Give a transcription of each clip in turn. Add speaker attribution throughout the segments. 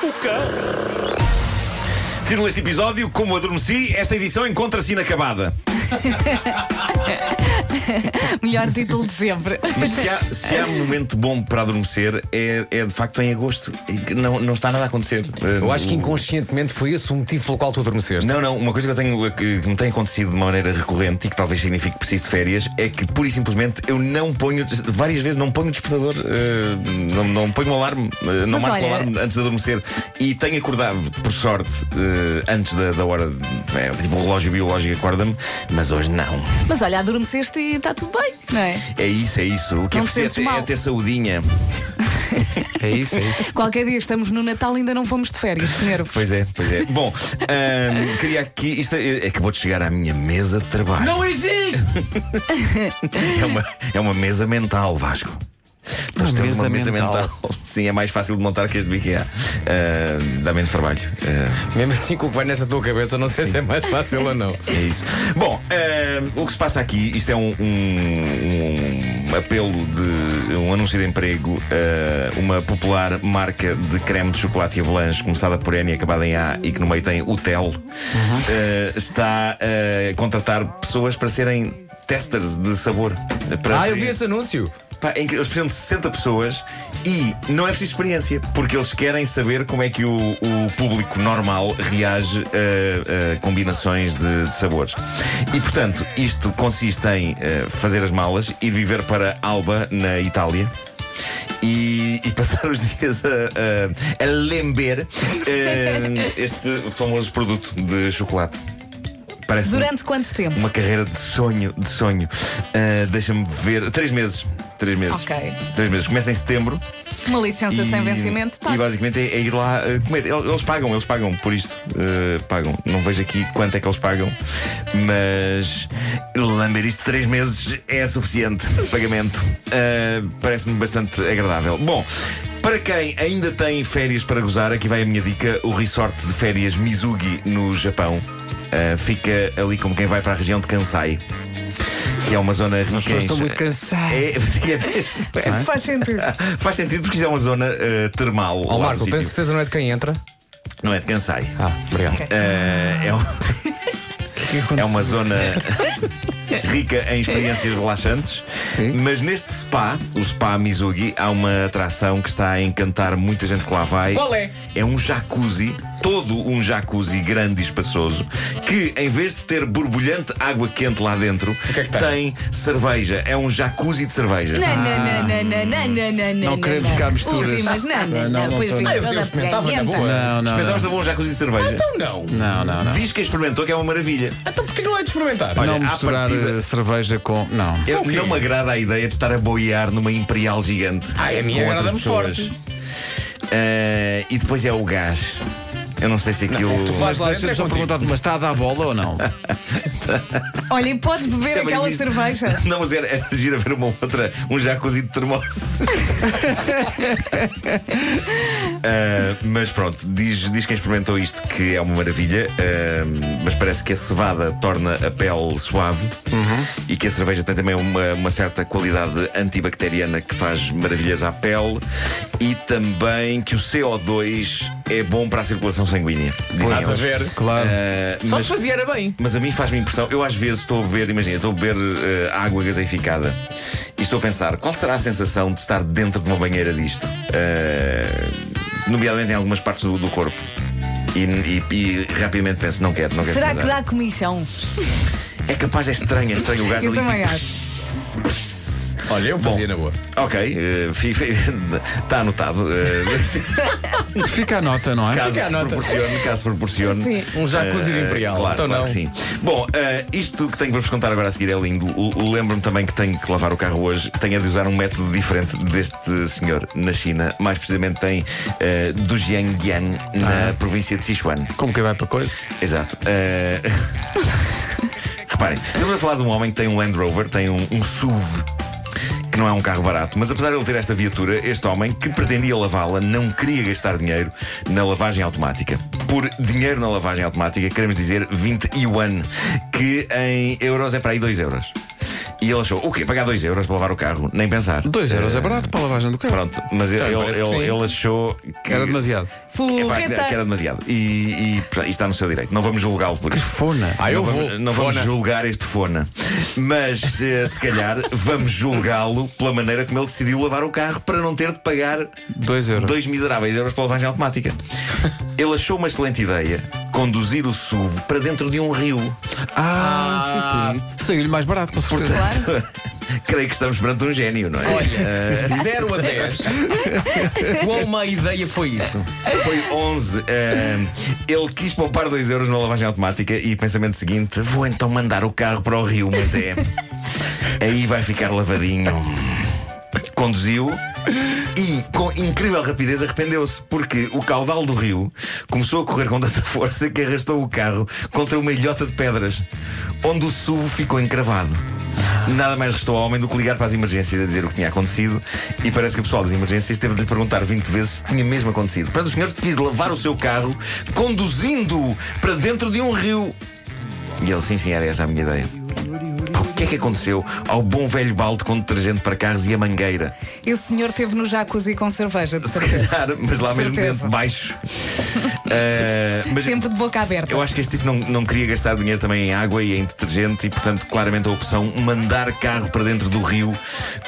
Speaker 1: boca.
Speaker 2: Título deste episódio, Como Adormeci, esta edição encontra-se inacabada.
Speaker 3: Melhor título de sempre.
Speaker 2: Mas se há, se há momento bom para adormecer, é, é de facto em agosto. E que Não, não está nada a acontecer. Eh,
Speaker 4: Eu acho que inconscientemente foi esse o motivo pelo qual tu adormeceste.
Speaker 2: Não, não, uma coisa que, eu tenho, que que me tem acontecido de uma maneira recorrente e que talvez signifique que preciso de férias é que, pura e simplesmente, eu não ponho, várias vezes, não ponho o despertador, eh, não, não ponho o alarme, eh, não
Speaker 3: Mas
Speaker 2: marco o
Speaker 3: olha-
Speaker 2: alarme antes de adormecer. E tenho acordado, por sorte, eh, antes da, da hora, é, tipo o relógio biológico acorda-me, mas hoje não.
Speaker 3: Mas olha, adormeceste e está tudo bem, não é?
Speaker 2: É isso, é isso. O que
Speaker 3: Não
Speaker 2: é
Speaker 3: te
Speaker 2: preciso é
Speaker 3: sentes
Speaker 2: ter,
Speaker 3: mal.
Speaker 2: é ter saudinha.
Speaker 4: É isso, é isso.
Speaker 3: Qualquer dia estamos no Natal e ainda não fomos de férias, que nervos.
Speaker 2: Pois é, pois é. Bom, ahm, queria aqui. Isto é- acabou de chegar à minha mesa de trabalho.
Speaker 1: Não existe!
Speaker 2: É uma, é uma mesa mental, Vasco. Nós
Speaker 4: Uma
Speaker 2: temos
Speaker 4: mesa
Speaker 2: uma mesa mental.
Speaker 4: mental.
Speaker 2: Sim, é mais fácil de montar que este do IKEA. Ah, dá menos trabalho. Ah,
Speaker 4: Mesmo assim, com o que vai nessa tua cabeça, não sei se é mais fácil ou não.
Speaker 2: é isso. Bom, ah, o que se passa aqui, isto é um, um- um apelo de um anúncio de emprego. ah, uma popular marca de creme de chocolate e avalanche, começada por N e acabada em A, e que no meio tem Utel, ah, está a contratar pessoas para serem testers de sabor. eh, Para
Speaker 4: Ah, eu vi
Speaker 2: experimentar.
Speaker 4: esse anúncio.
Speaker 2: Pá, em que eles precisam de 60 pessoas e não é preciso experiência, porque eles querem saber como é que o, o público normal reage a, a combinações de, de sabores. E portanto, isto consiste em eh, fazer as malas, ir viver para Alba, na Itália. E, e passar os dias a, a, a lember eh, este famoso produto de chocolate. Parece
Speaker 3: Durante quanto tempo?
Speaker 2: uma carreira de sonho, de sonho. Ah, Deixa-me ver. Três meses. Três meses.
Speaker 3: Ok.
Speaker 2: Três meses. Começa em setembro.
Speaker 3: Uma licença
Speaker 2: e-
Speaker 3: sem vencimento, tá
Speaker 2: E basicamente é, é ir lá ah, comer. El- Eles pagam, eles pagam por isto. Ah, pagam. Não vejo aqui quanto é que eles pagam, mas lamber isto três meses é suficiente. Pagamento. Ah, Parece-me bastante agradável. Bom. Para quem ainda tem férias para gozar, aqui vai a minha dica: o resort de férias Mizugi no Japão. Ah, fica ali como quem vai para a região de Kansai, que é uma zona rica.
Speaker 4: pessoas
Speaker 2: em-
Speaker 4: estão muito cansadas.
Speaker 2: É, é mesmo.
Speaker 3: Faz sentido.
Speaker 2: Ah. Faz sentido porque isto é uma zona eh, termal.
Speaker 4: Ó,
Speaker 2: lá no
Speaker 4: Marco,
Speaker 2: sítio.
Speaker 4: tens certeza não é de quem entra?
Speaker 2: Não é de Kansai.
Speaker 4: Ah, obrigado.
Speaker 2: Eh, é, um- é uma zona rica em experiências relaxantes.
Speaker 4: Sim.
Speaker 2: Mas neste spa, o Spa Mizugi, há uma atração que está a encantar muita gente que lá vai.
Speaker 4: Qual é?
Speaker 2: É um jacuzzi, todo um jacuzzi grande e espaçoso, que em vez de ter borbulhante água quente lá dentro,
Speaker 4: que é que tem?
Speaker 2: cerveja. É um jacuzzi de cerveja.
Speaker 3: Não, não, não, não, não, não, não, não.
Speaker 5: Não queremos ficar misturas.
Speaker 3: Últimas, não, não,
Speaker 5: Não,
Speaker 3: não.
Speaker 5: não,
Speaker 3: Depois
Speaker 5: não
Speaker 3: vem
Speaker 4: Ah, eu,
Speaker 3: toda
Speaker 4: eu experimentava na
Speaker 3: peganhenta.
Speaker 4: boa.
Speaker 5: Não, não.
Speaker 2: Experimentamos
Speaker 5: não.
Speaker 2: de bom jacuzzi de cerveja.
Speaker 4: Então não.
Speaker 5: Não, não, não.
Speaker 2: Diz que experimentou que é uma maravilha.
Speaker 4: Então porquê não é de experimentar?
Speaker 2: Olha,
Speaker 5: não
Speaker 2: à
Speaker 5: misturar
Speaker 2: partida-
Speaker 5: eh, cerveja com. Não.
Speaker 2: Eu,
Speaker 4: Ok.
Speaker 2: Não me agrada a ideia de estar a boiar numa imperial gigante.
Speaker 4: Ah, a minha
Speaker 2: com outras
Speaker 4: agrada-me
Speaker 2: pessoas.
Speaker 4: forte.
Speaker 2: Eh, e depois é o gás. Eu não sei se aquilo.
Speaker 4: é, tu vais
Speaker 5: Mas
Speaker 4: lá,
Speaker 5: deixa-me
Speaker 4: entra
Speaker 5: só
Speaker 4: contigo.
Speaker 5: perguntar mas está a dar bola ou não?
Speaker 3: Olha, e podes beber
Speaker 2: Isso é bem
Speaker 3: aquela
Speaker 2: visto.
Speaker 3: cerveja.
Speaker 2: Não, mas era, era giro ver uma outra, um jacuzzi de termos. Eh, mas pronto, diz, diz quem experimentou isto que é uma maravilha, eh, mas parece que a cevada torna a pele suave
Speaker 3: Uhum.
Speaker 2: e que a cerveja tem também uma, uma certa qualidade antibacteriana que faz maravilhas à pele e também que o CO2 é bom para a circulação sanguínea. dizem
Speaker 4: Estás a
Speaker 2: eles.
Speaker 4: ver?
Speaker 5: Claro.
Speaker 2: Eh,
Speaker 4: Só
Speaker 2: mas-
Speaker 4: te fazia era bem.
Speaker 2: mas a mim faz-me impressão. Eu às vezes estou a beber, imagina, estou a beber eh, água gaseificada e estou a pensar qual será a sensação de estar dentro de uma banheira disto, Eh, nomeadamente em algumas partes do, do corpo. E, e- e rapidamente penso, não quero, não quero.
Speaker 3: Será que
Speaker 2: experimentar.
Speaker 3: dá comichão?
Speaker 2: É capaz, é estranho, é estranho o gás
Speaker 3: Eu
Speaker 2: ali.
Speaker 3: também
Speaker 2: tipo,
Speaker 3: acho.
Speaker 4: Olha, eu fazia na boa.
Speaker 2: Ok, eh, está anotado. eh, mas
Speaker 5: Fica a nota, não é?
Speaker 2: caso
Speaker 4: Fica à
Speaker 2: se
Speaker 4: nota.
Speaker 2: proporcione, caso se proporcione.
Speaker 3: Sim.
Speaker 4: Um jacuzzi de
Speaker 2: Eh,
Speaker 4: imperial.
Speaker 2: Claro,
Speaker 4: então
Speaker 2: claro
Speaker 4: não.
Speaker 2: que sim. Bom, eh, isto que tenho para vos contar agora a seguir é lindo. L- Lembro-me também que tenho que lavar o carro hoje. Tenho de usar um método diferente deste senhor na China. Mais precisamente em eh, Dujiangyan, na
Speaker 4: Ah.
Speaker 2: província de Sichuan.
Speaker 5: Como que vai para coisa?
Speaker 2: Exato. Eh, Reparem, estamos a falar de um homem que tem um Land Rover, tem um, um SUV. Que não é um carro barato, mas apesar de ele ter esta viatura, este homem que pretendia lavá-la não queria gastar dinheiro na lavagem automática. Por dinheiro na lavagem um, automática, queremos dizer 20 yuan, que em euros é para aí 2 euros. E ele achou, o quê? Pagar 2 euros para lavar o carro? Nem pensar. Eh,
Speaker 5: 2
Speaker 4: Eh,
Speaker 5: euros é barato para a lavagem do carro.
Speaker 2: Pronto, mas ele,
Speaker 5: Então, parece que
Speaker 2: ele-
Speaker 5: sim.
Speaker 2: ele achou que
Speaker 5: Era demasiado.
Speaker 2: Epá, que
Speaker 3: Forreta.
Speaker 2: que era demasiado. E, e, pá, e está no seu direito. Não vamos julgá-lo por isso.
Speaker 5: Fona.
Speaker 4: Ah, eu
Speaker 2: não
Speaker 4: vou.
Speaker 2: vamos, não vamos
Speaker 4: Fona.
Speaker 2: julgar este fona. Mas eh, se calhar vamos julgá-lo pela maneira como ele decidiu lavar o carro para não ter de pagar
Speaker 5: 2 euros.
Speaker 2: dois miseráveis euros pela lavagem automática. Ele achou uma excelente ideia conduzir o SUV para dentro de um rio.
Speaker 5: Ah, sim, sim. Saiu-lhe mais barato, com certeza.
Speaker 3: Claro.
Speaker 2: Creio que estamos perante um gênio, não é?
Speaker 4: Olha, 0 a 10. Qual uma ideia foi isso?
Speaker 2: Foi 11. Ahm, ele quis poupar 2 euros na lavagem automática e pensamento seguinte: vou então mandar o carro para o rio, mas é. Aí vai ficar lavadinho. Conduziu e, com incrível rapidez, arrependeu-se, porque o caudal do rio começou a correr com tanta força que arrastou o carro contra uma ilhota de pedras, onde o SUV ficou encravado. Nada mais restou ao homem do que ligar para as emergências a dizer o que tinha acontecido e parece que o pessoal das emergências teve de lhe perguntar 20 vezes se tinha mesmo acontecido. Portanto, o senhor quis lavar o seu carro conduzindo-o para dentro de um rio. E ele, sim, sim, era essa a minha ideia. Pá, O que é que aconteceu ao bom velho balde com detergente para carros e a mangueira?
Speaker 3: Esse senhor teve no jacuzzi com cerveja, de
Speaker 2: Se
Speaker 3: certeza.
Speaker 2: calhar, mas lá mesmo
Speaker 3: Certeza.
Speaker 2: dentro de baixo. Eh, mas
Speaker 3: Sempre de boca aberta.
Speaker 2: eu acho que este tipo não, não queria gastar dinheiro também em água e em detergente e, portanto, claramente a opção mandar carro para dentro do rio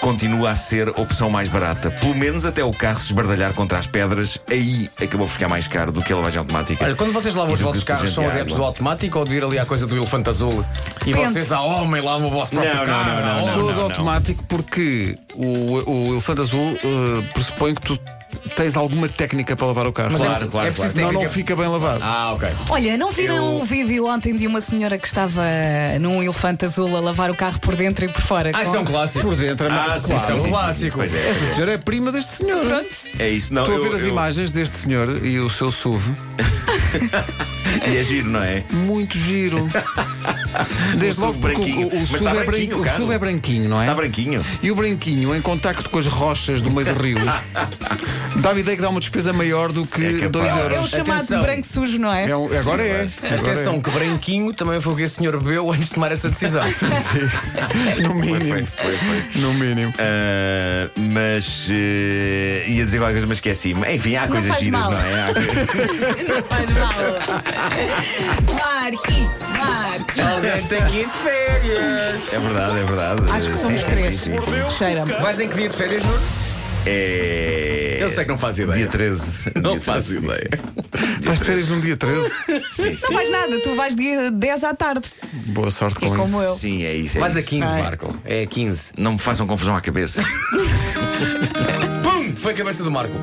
Speaker 2: continua a ser a opção mais barata. Pelo menos até o carro se esbardalhar contra as pedras, aí acabou por ficar mais caro do que a lavagem automática.
Speaker 4: Olha, quando vocês lavam os
Speaker 2: E do
Speaker 4: vossos
Speaker 2: que
Speaker 4: carros, são
Speaker 2: detergente e
Speaker 4: adeptos do
Speaker 2: água.
Speaker 4: automático ou de ir ali à coisa do elefante azul? E
Speaker 3: Depende.
Speaker 4: vocês, a homem, lavam o vosso próprio
Speaker 2: Não, não,
Speaker 4: carro.
Speaker 2: não, não,
Speaker 4: Ah,
Speaker 2: não.
Speaker 5: Sou do automático porque o, o elefante azul eh, pressupõe que tu tens alguma técnica para lavar o carro.
Speaker 4: Mas é
Speaker 2: Claro,
Speaker 4: preciso-
Speaker 2: claro,
Speaker 4: é preciso
Speaker 5: Senão não
Speaker 4: técnica.
Speaker 5: fica bem lavado.
Speaker 4: Ah, ok.
Speaker 3: Olha, não viram
Speaker 2: Eu-
Speaker 3: um vídeo ontem de uma senhora que estava num elefante azul a lavar o carro por dentro e por fora?
Speaker 4: Ah,
Speaker 3: com-
Speaker 4: isso é um clássico.
Speaker 5: Por dentro é mais
Speaker 4: sim,
Speaker 5: claro.
Speaker 4: sim, sim. um clássico.
Speaker 2: Pois é,
Speaker 5: Essa senhora é prima deste senhor.
Speaker 3: Pronto.
Speaker 2: é isso. Não,
Speaker 5: Estou a
Speaker 2: eu-
Speaker 5: ver as
Speaker 2: eu-
Speaker 5: imagens deste senhor e o seu SUV.
Speaker 2: E é giro, não é?
Speaker 5: Muito giro. Desde
Speaker 2: O
Speaker 5: logo
Speaker 2: SUV
Speaker 5: porque
Speaker 2: branquinho.
Speaker 5: o, o, o
Speaker 2: Mas
Speaker 5: SUV
Speaker 2: está
Speaker 5: é
Speaker 2: branquinho
Speaker 5: branquinho,
Speaker 2: o
Speaker 5: o
Speaker 2: carro.
Speaker 5: SUV é branquinho, não é?
Speaker 2: Está Tá branquinho.
Speaker 5: E o branquinho, em contacto com as rochas do meio do rio, dá a ideia que dá uma despesa maior do
Speaker 2: É
Speaker 5: que
Speaker 2: capaz.
Speaker 5: 2
Speaker 3: É o
Speaker 5: euros.
Speaker 3: chamado
Speaker 4: Atenção.
Speaker 3: branco sujo, não é?
Speaker 5: É um- agora é. Agora
Speaker 4: Atenção, que branquinho também foi o que esse senhor bebeu antes de tomar essa decisão.
Speaker 5: é. No
Speaker 2: Foi, foi,
Speaker 5: mínimo.
Speaker 2: foi, foi.
Speaker 5: No mínimo.
Speaker 2: Ah, mas eh, ia dizer qualquer coisa, mas esqueci-me. Enfim, há coisas
Speaker 3: faz
Speaker 2: giras,
Speaker 3: mal.
Speaker 2: não é? Há coisas-
Speaker 3: Não faz mal. Marqui, Marqui.
Speaker 4: Alguém tem que ir de férias.
Speaker 2: É verdade, é verdade.
Speaker 3: Acho que
Speaker 2: Sim,
Speaker 3: somos
Speaker 2: sim,
Speaker 3: três.
Speaker 2: sim, sim, sim.
Speaker 3: Cheira-me.
Speaker 4: Vais em que dia de férias, Nuno?
Speaker 2: É.
Speaker 4: Eu sei que não faz
Speaker 2: Dia
Speaker 4: ideia.
Speaker 2: 13.
Speaker 4: Não
Speaker 2: Dia
Speaker 4: faz
Speaker 2: 13, sim,
Speaker 4: ideia.
Speaker 5: Vais de férias num dia 13?
Speaker 2: Sim, sim.
Speaker 3: Não faz nada, tu vais dia 10 à tarde.
Speaker 5: Boa sorte com
Speaker 3: É
Speaker 5: isso.
Speaker 3: como eu.
Speaker 2: Sim, é isso. É
Speaker 4: Vais a
Speaker 2: isso.
Speaker 4: 15,
Speaker 3: Ai.
Speaker 4: Marco. É a 15.
Speaker 2: Não me façam confusão à cabeça.
Speaker 4: Pum! Foi a cabeça do Marco.